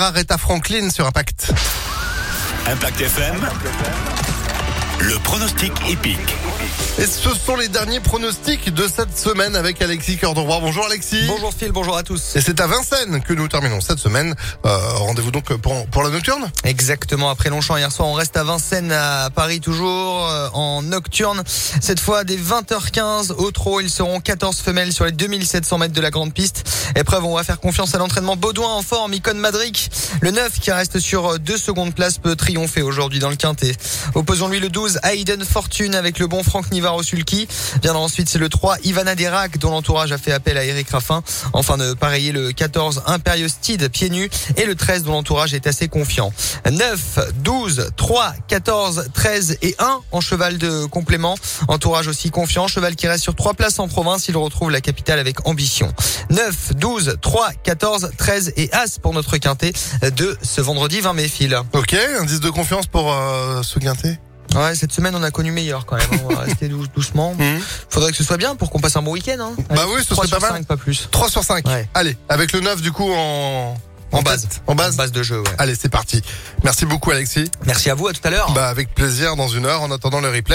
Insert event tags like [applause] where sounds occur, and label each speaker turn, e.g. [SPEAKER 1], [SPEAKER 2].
[SPEAKER 1] Aretha Franklin sur Impact.
[SPEAKER 2] Impact FM, le pronostic épique.
[SPEAKER 1] Et ce sont les derniers pronostics de cette semaine avec Alexis Cœur de Roi. Bonjour Alexis.
[SPEAKER 3] Bonjour Phil, bonjour à tous.
[SPEAKER 1] Et c'est à Vincennes que nous terminons cette semaine. Euh, Rendez-vous donc pour, pour la nocturne.
[SPEAKER 3] Exactement, après Longchamp hier soir, on reste à Vincennes, à Paris toujours, euh, en nocturne. Cette fois, dès 20h15, au trot, ils seront 14 femelles sur les 2700 mètres de la grande piste. Épreuve, on va faire confiance à l'entraînement Baudouin en forme, Icon Madric. Le 9, qui reste sur euh, deux secondes places, peut triompher aujourd'hui dans le quintet. Opposons-lui le 12, Hayden Fortune, avec le bon Franck Nivaro Sulki. Viendra ensuite, c'est le 3, Ivana Derac, dont l'entourage a fait appel à Eric Raffin. Enfin, de pareiller le 14, Imperious Steed, pieds nus. Et le 13, dont l'entourage est assez confiant. 9, 12, 3, 14, 13 et 1 en cheval de complément. Entourage aussi confiant. Cheval qui reste sur 3 places en province. Il retrouve la capitale avec ambition. 9, 12, 3, 14, 13 et As pour notre quintet de ce vendredi 20 mai, Phil.
[SPEAKER 1] Ok, indice de confiance pour euh, ce quintet.
[SPEAKER 3] Ouais, cette semaine, on a connu meilleur quand même. hein.
[SPEAKER 1] [laughs]
[SPEAKER 3] On va rester dou- doucement. Faudrait que ce soit bien pour qu'on passe un bon week-end. Hein.
[SPEAKER 1] Hmm. Bah oui, ce
[SPEAKER 3] 3
[SPEAKER 1] serait
[SPEAKER 3] sur
[SPEAKER 1] pas mal.
[SPEAKER 3] 5, pas plus.
[SPEAKER 1] 3 sur 5.
[SPEAKER 3] Ouais.
[SPEAKER 1] Allez, avec le 9 du coup en,
[SPEAKER 3] En base.
[SPEAKER 1] tête. En base.
[SPEAKER 3] Base de jeu, ouais.
[SPEAKER 1] Allez, c'est parti. Merci beaucoup Alexis.
[SPEAKER 3] Merci à vous, à tout à l'heure.
[SPEAKER 1] Bah avec plaisir dans une heure en attendant le replay.